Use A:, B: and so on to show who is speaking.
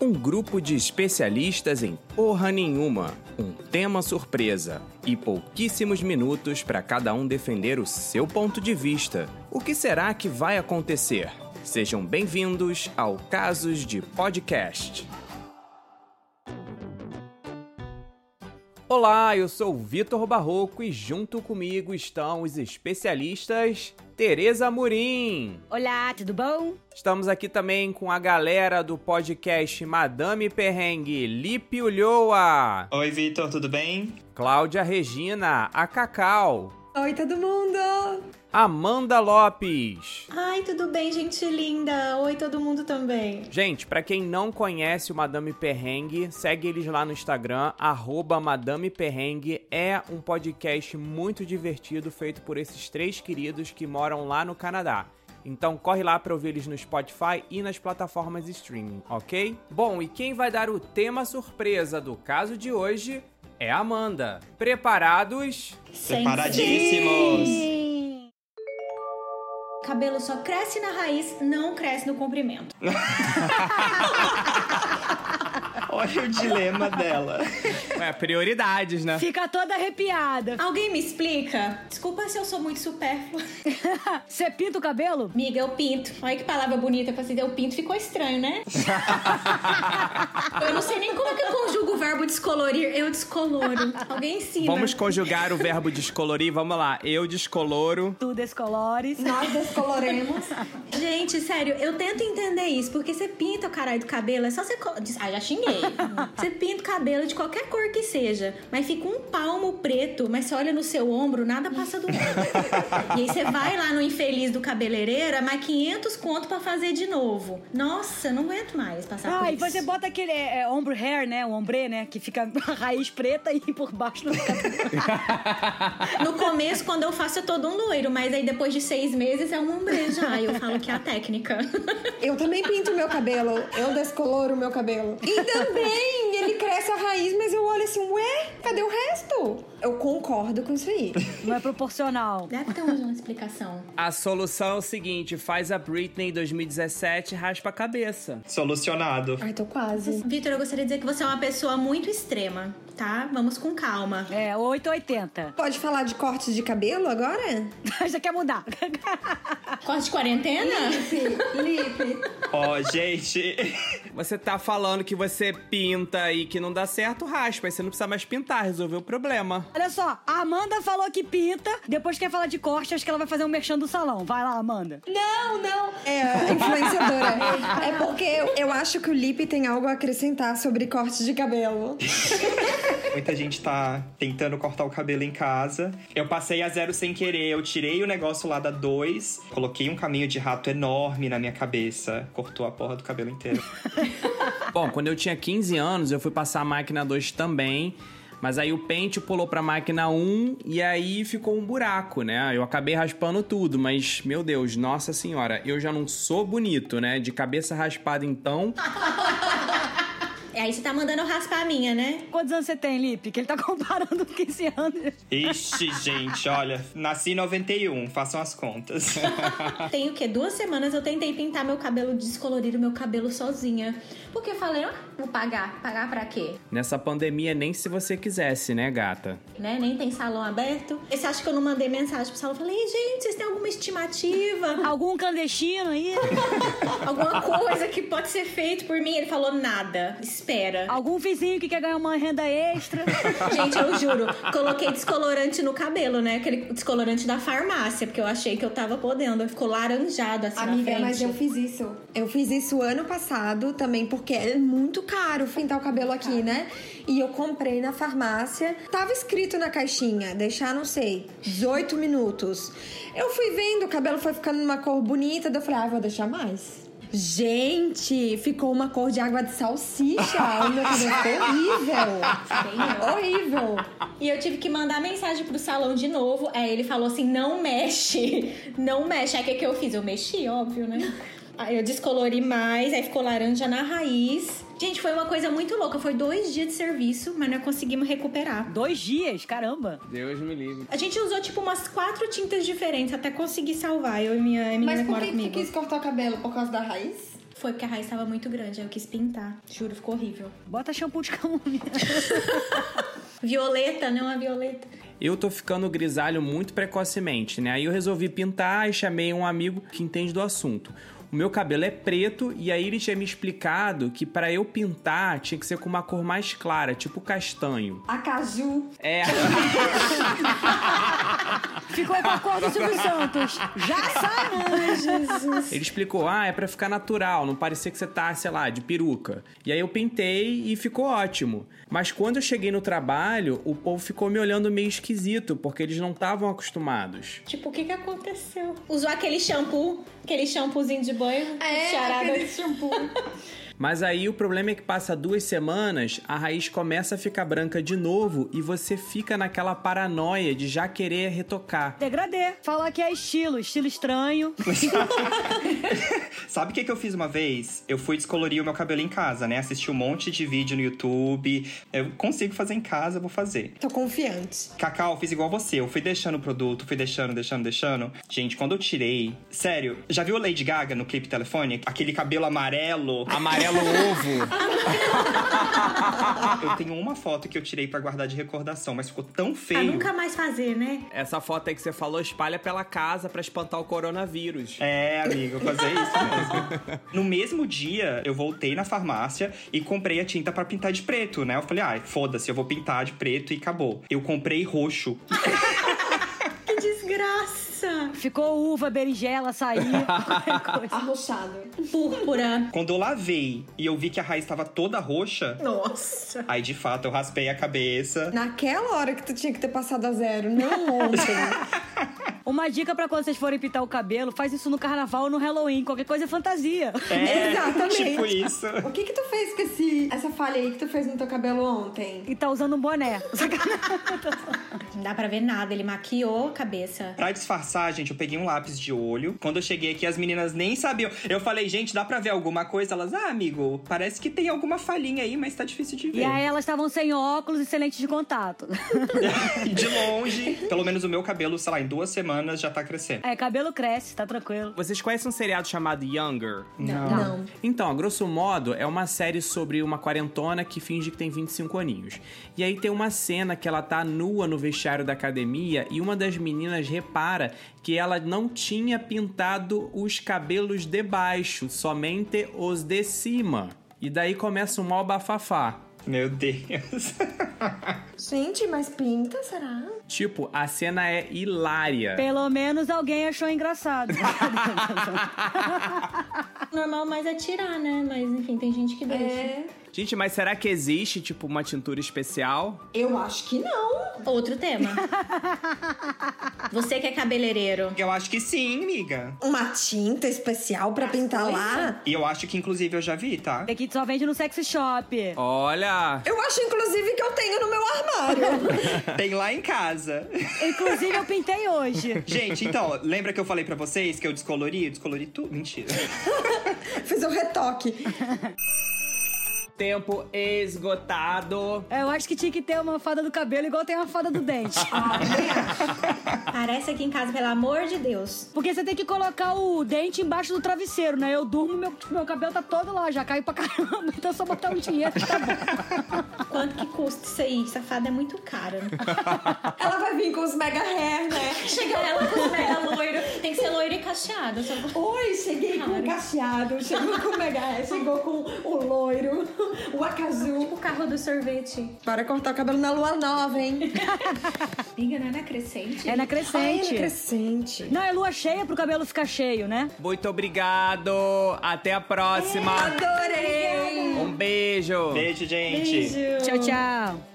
A: Um grupo de especialistas em porra nenhuma, um tema surpresa e pouquíssimos minutos para cada um defender o seu ponto de vista. O que será que vai acontecer? Sejam bem-vindos ao Casos de Podcast. Olá, eu sou Vitor Barroco e junto comigo estão os especialistas Tereza Murim.
B: Olá, tudo bom?
A: Estamos aqui também com a galera do podcast Madame Perrengue, Lipe Ulhoa,
C: Oi, Vitor, tudo bem?
A: Cláudia Regina, a Cacau,
D: Oi, todo mundo!
A: Amanda Lopes.
D: Ai, tudo bem, gente linda? Oi, todo mundo também.
A: Gente, pra quem não conhece o Madame Perrengue, segue eles lá no Instagram, arroba Madame Perrengue. É um podcast muito divertido feito por esses três queridos que moram lá no Canadá. Então corre lá pra ouvir eles no Spotify e nas plataformas streaming, ok? Bom, e quem vai dar o tema surpresa do caso de hoje é a Amanda. Preparados?
C: Separadíssimos!
D: Cabelo só cresce na raiz, não cresce no comprimento.
C: Olha o dilema dela.
A: É, prioridades, né?
B: Fica toda arrepiada.
D: Alguém me explica? Desculpa se eu sou muito supérflua.
B: Você pinta o cabelo?
D: Miga, eu pinto. Olha que palavra bonita pra se dizer. Eu pinto ficou estranho, né? eu não sei nem como é que eu conjugo o verbo descolorir. Eu descoloro. Alguém ensina.
A: Vamos conjugar o verbo descolorir, vamos lá. Eu descoloro.
B: Tu descolores.
D: Nós descoloremos. Gente, sério, eu tento entender isso, porque você pinta o caralho do cabelo, é só você. co- Ah, já xinguei. Você pinta o cabelo de qualquer cor que seja, mas fica um palmo preto, mas você olha no seu ombro, nada passa do ombro. e aí você vai lá no infeliz do cabeleireira, mais 500 conto pra fazer de novo. Nossa, não aguento mais passar por
B: Ah, e
D: isso.
B: você bota aquele é, é, ombro hair, né? O ombre, né? Que fica a raiz preta e por baixo não fica.
D: No começo, quando eu faço, eu tô de um loiro, mas aí depois de seis meses é um ombre já. Eu falo que é a técnica.
E: Eu também pinto meu cabelo. Eu descoloro meu cabelo. E também ele cresce a raiz, mas eu olho assim, ué, cadê o resto? Eu concordo com isso aí.
B: Não é proporcional.
D: Deve ter uma explicação.
A: A solução é o seguinte: faz a Britney 2017 e raspa a cabeça.
C: Solucionado.
E: Ai, tô quase.
D: Vitor, eu gostaria de dizer que você é uma pessoa muito extrema, tá? Vamos com calma.
B: É, 880.
E: Pode falar de cortes de cabelo agora?
B: Já quer mudar.
D: Corte de quarentena?
C: Ó, gente.
A: Você tá falando que você pinta e que não dá certo, raspa. Aí você não precisa mais pintar, resolveu o problema.
B: Olha só, a Amanda falou que pinta, depois quer falar de corte, acho que ela vai fazer um merchan do salão. Vai lá, Amanda.
E: Não, não. É, influenciadora. é porque eu, eu acho que o Lipe tem algo a acrescentar sobre cortes de cabelo.
C: Muita gente tá tentando cortar o cabelo em casa. Eu passei a zero sem querer. Eu tirei o negócio lá da 2, coloquei um caminho de rato enorme na minha cabeça. Cortou a porra do cabelo inteiro.
A: Bom, quando eu tinha 15 anos, eu fui passar a máquina 2 também. Mas aí o pente pulou pra máquina 1 e aí ficou um buraco, né? Eu acabei raspando tudo, mas, meu Deus, nossa senhora, eu já não sou bonito, né? De cabeça raspada então.
D: É, aí você tá mandando eu raspar a minha, né?
B: Quantos anos você tem, Lipe? Que ele tá comparando com 15 anos.
C: Ixi, gente, olha. Nasci em 91, façam as contas.
D: Tem o quê? Duas semanas eu tentei pintar meu cabelo, descolorir o meu cabelo sozinha. Porque eu falei, ó, vou pagar. Pagar pra quê?
A: Nessa pandemia, nem se você quisesse, né, gata?
D: Né? Nem tem salão aberto. E você acha que eu não mandei mensagem pro salão? Eu Falei, "Ei, gente, vocês têm alguma estimativa?
B: Algum clandestino aí?
D: Alguma coisa que pode ser feito por mim? Ele falou, nada. Espera.
B: Algum vizinho que quer ganhar uma renda extra?
D: Gente, eu juro, coloquei descolorante no cabelo, né? Aquele descolorante da farmácia, porque eu achei que eu tava podendo. Ficou laranjado assim na
E: Amiga,
D: frente.
E: mas eu fiz isso. Eu fiz isso ano passado também, porque é muito caro pintar o cabelo aqui, né? E eu comprei na farmácia. Tava escrito na caixinha, deixar, não sei, 18 minutos. Eu fui vendo, o cabelo foi ficando numa cor bonita, daí eu falei, ah, vou deixar mais. Gente, ficou uma cor de água de salsicha. O meu cabelo ficou
D: é.
E: horrível. horrível.
D: E eu tive que mandar mensagem pro salão de novo. Aí ele falou assim: não mexe, não mexe. Aí o que, que eu fiz? Eu mexi, óbvio, né? Aí eu descolori mais, aí ficou laranja na raiz. Gente, foi uma coisa muito louca. Foi dois dias de serviço, mas nós conseguimos recuperar.
B: Dois dias, caramba.
A: Deus me livre.
D: A gente usou tipo umas quatro tintas diferentes até conseguir salvar eu e minha, minha
E: Mas por
D: mora
E: que que tu
D: comigo.
E: quis cortar o cabelo? Por causa da raiz?
D: Foi porque a raiz estava muito grande, aí eu quis pintar. Juro, ficou horrível.
B: Bota shampoo de camomila.
D: Violeta, não a violeta.
A: Eu tô ficando grisalho muito precocemente, né? Aí eu resolvi pintar e chamei um amigo que entende do assunto. O meu cabelo é preto e aí ele tinha me explicado que para eu pintar tinha que ser com uma cor mais clara, tipo castanho.
E: A Caju.
A: É.
B: Ficou com a cor do Silvio Santos. Já sabe.
A: Ele explicou: ah, é pra ficar natural, não parecer que você tá, sei lá, de peruca. E aí eu pintei e ficou ótimo. Mas quando eu cheguei no trabalho, o povo ficou me olhando meio esquisito, porque eles não estavam acostumados.
D: Tipo, o que que aconteceu? Usou aquele shampoo, aquele shampoozinho de banho. charada.
E: shampoo.
A: Mas aí o problema é que passa duas semanas, a raiz começa a ficar branca de novo e você fica naquela paranoia de já querer retocar.
B: Degradê. Falar que é estilo, estilo estranho.
C: Sabe o que, que eu fiz uma vez? Eu fui descolorir o meu cabelo em casa, né? Assisti um monte de vídeo no YouTube. Eu consigo fazer em casa, eu vou fazer.
E: Tô confiante.
C: Cacau, eu fiz igual você. Eu fui deixando o produto, fui deixando, deixando, deixando. Gente, quando eu tirei. Sério, já viu Lady Gaga no clipe telefone? Aquele cabelo amarelo.
A: Amarelo ovo.
C: Eu tenho uma foto que eu tirei pra guardar de recordação, mas ficou tão
D: Pra
C: feio.
D: nunca mais fazer, né?
A: Essa foto aí que você falou espalha pela casa pra espantar o coronavírus.
C: É, amigo, fazer isso mesmo. no mesmo dia, eu voltei na farmácia e comprei a tinta pra pintar de preto, né? Eu falei, ai, foda-se, eu vou pintar de preto e acabou. Eu comprei roxo.
D: Que desgraça!
B: Ficou uva, berinjela, açaí, qualquer coisa.
E: Arrochado.
D: Púrpura.
C: Quando eu lavei e eu vi que a raiz tava toda roxa,
D: Nossa.
C: aí de fato eu raspei a cabeça.
E: Naquela hora que tu tinha que ter passado a zero, não ontem.
B: Uma dica pra quando vocês forem pintar o cabelo, faz isso no carnaval ou no Halloween. Qualquer coisa é fantasia.
C: É,
E: Exatamente.
C: tipo isso.
E: o que que tu fez com esse, essa falha aí que tu fez no teu cabelo ontem?
B: E tá usando um boné.
D: Não dá pra ver nada, ele maquiou a cabeça.
C: Pra disfarçar, gente, eu peguei um lápis de olho. Quando eu cheguei aqui, as meninas nem sabiam. Eu falei, gente, dá pra ver alguma coisa? Elas, ah, amigo, parece que tem alguma falhinha aí, mas tá difícil de ver.
B: E aí elas estavam sem óculos e sem lente de contato.
C: de longe. Pelo menos o meu cabelo, sei lá, em duas semanas já tá crescendo.
B: É, cabelo cresce, tá tranquilo.
A: Vocês conhecem um seriado chamado Younger?
D: Não. Não.
A: Então, a grosso modo, é uma série sobre uma quarentona que finge que tem 25 aninhos. E aí tem uma cena que ela tá nua no vestiário da academia e uma das meninas repara que ela não tinha pintado os cabelos de baixo, somente os de cima. E daí começa um mau bafafá.
C: Meu Deus.
E: Gente, mas pinta, será?
A: Tipo, a cena é hilária.
B: Pelo menos alguém achou engraçado.
D: Normal mais é tirar, né? Mas enfim, tem gente que
E: É.
D: deixa.
A: Gente, mas será que existe, tipo, uma tintura especial?
E: Eu acho que não.
D: Outro tema. Você que é cabeleireiro.
C: Eu acho que sim, amiga.
E: Uma tinta especial pra pintar lá?
C: E eu acho que, inclusive, eu já vi, tá?
B: Daqui só vende no sex shop.
A: Olha!
E: Eu acho, inclusive, que eu tenho no meu armário.
C: Tem lá em casa.
B: Inclusive, eu pintei hoje.
C: Gente, então, lembra que eu falei pra vocês que eu descolori? Eu descolori tudo? Mentira.
E: Fiz um retoque.
A: Tempo esgotado.
B: É, Eu acho que tinha que ter uma fada do cabelo igual tem uma fada do dente.
D: Parece aqui em casa, pelo amor de Deus.
B: Porque você tem que colocar o dente embaixo do travesseiro, né? Eu durmo, meu, meu cabelo tá todo lá, já caiu pra caramba. Então é só botar um dinheiro que tá bom.
D: Quanto que custa isso aí? Safada é muito cara.
E: Ela vai vir com os mega hair, né?
D: Chega ela com mega loiro. Tem que ser loiro e cacheado. eu só vou-
E: Oi, cheguei com o cacheado, chegou com o mega hair, chegou com o loiro, o acazu.
D: Tipo o carro do sorvete.
E: Para cortar o cabelo na lua nova, hein?
D: Amiga, não é na crescente?
B: É na
E: Ai,
B: crescente.
E: é crescente.
B: Não, é lua cheia pro cabelo ficar cheio, né?
A: Muito obrigado. Até a próxima.
E: Adorei!
A: Um beijo.
C: Beijo, gente.
B: Tchau, tchau.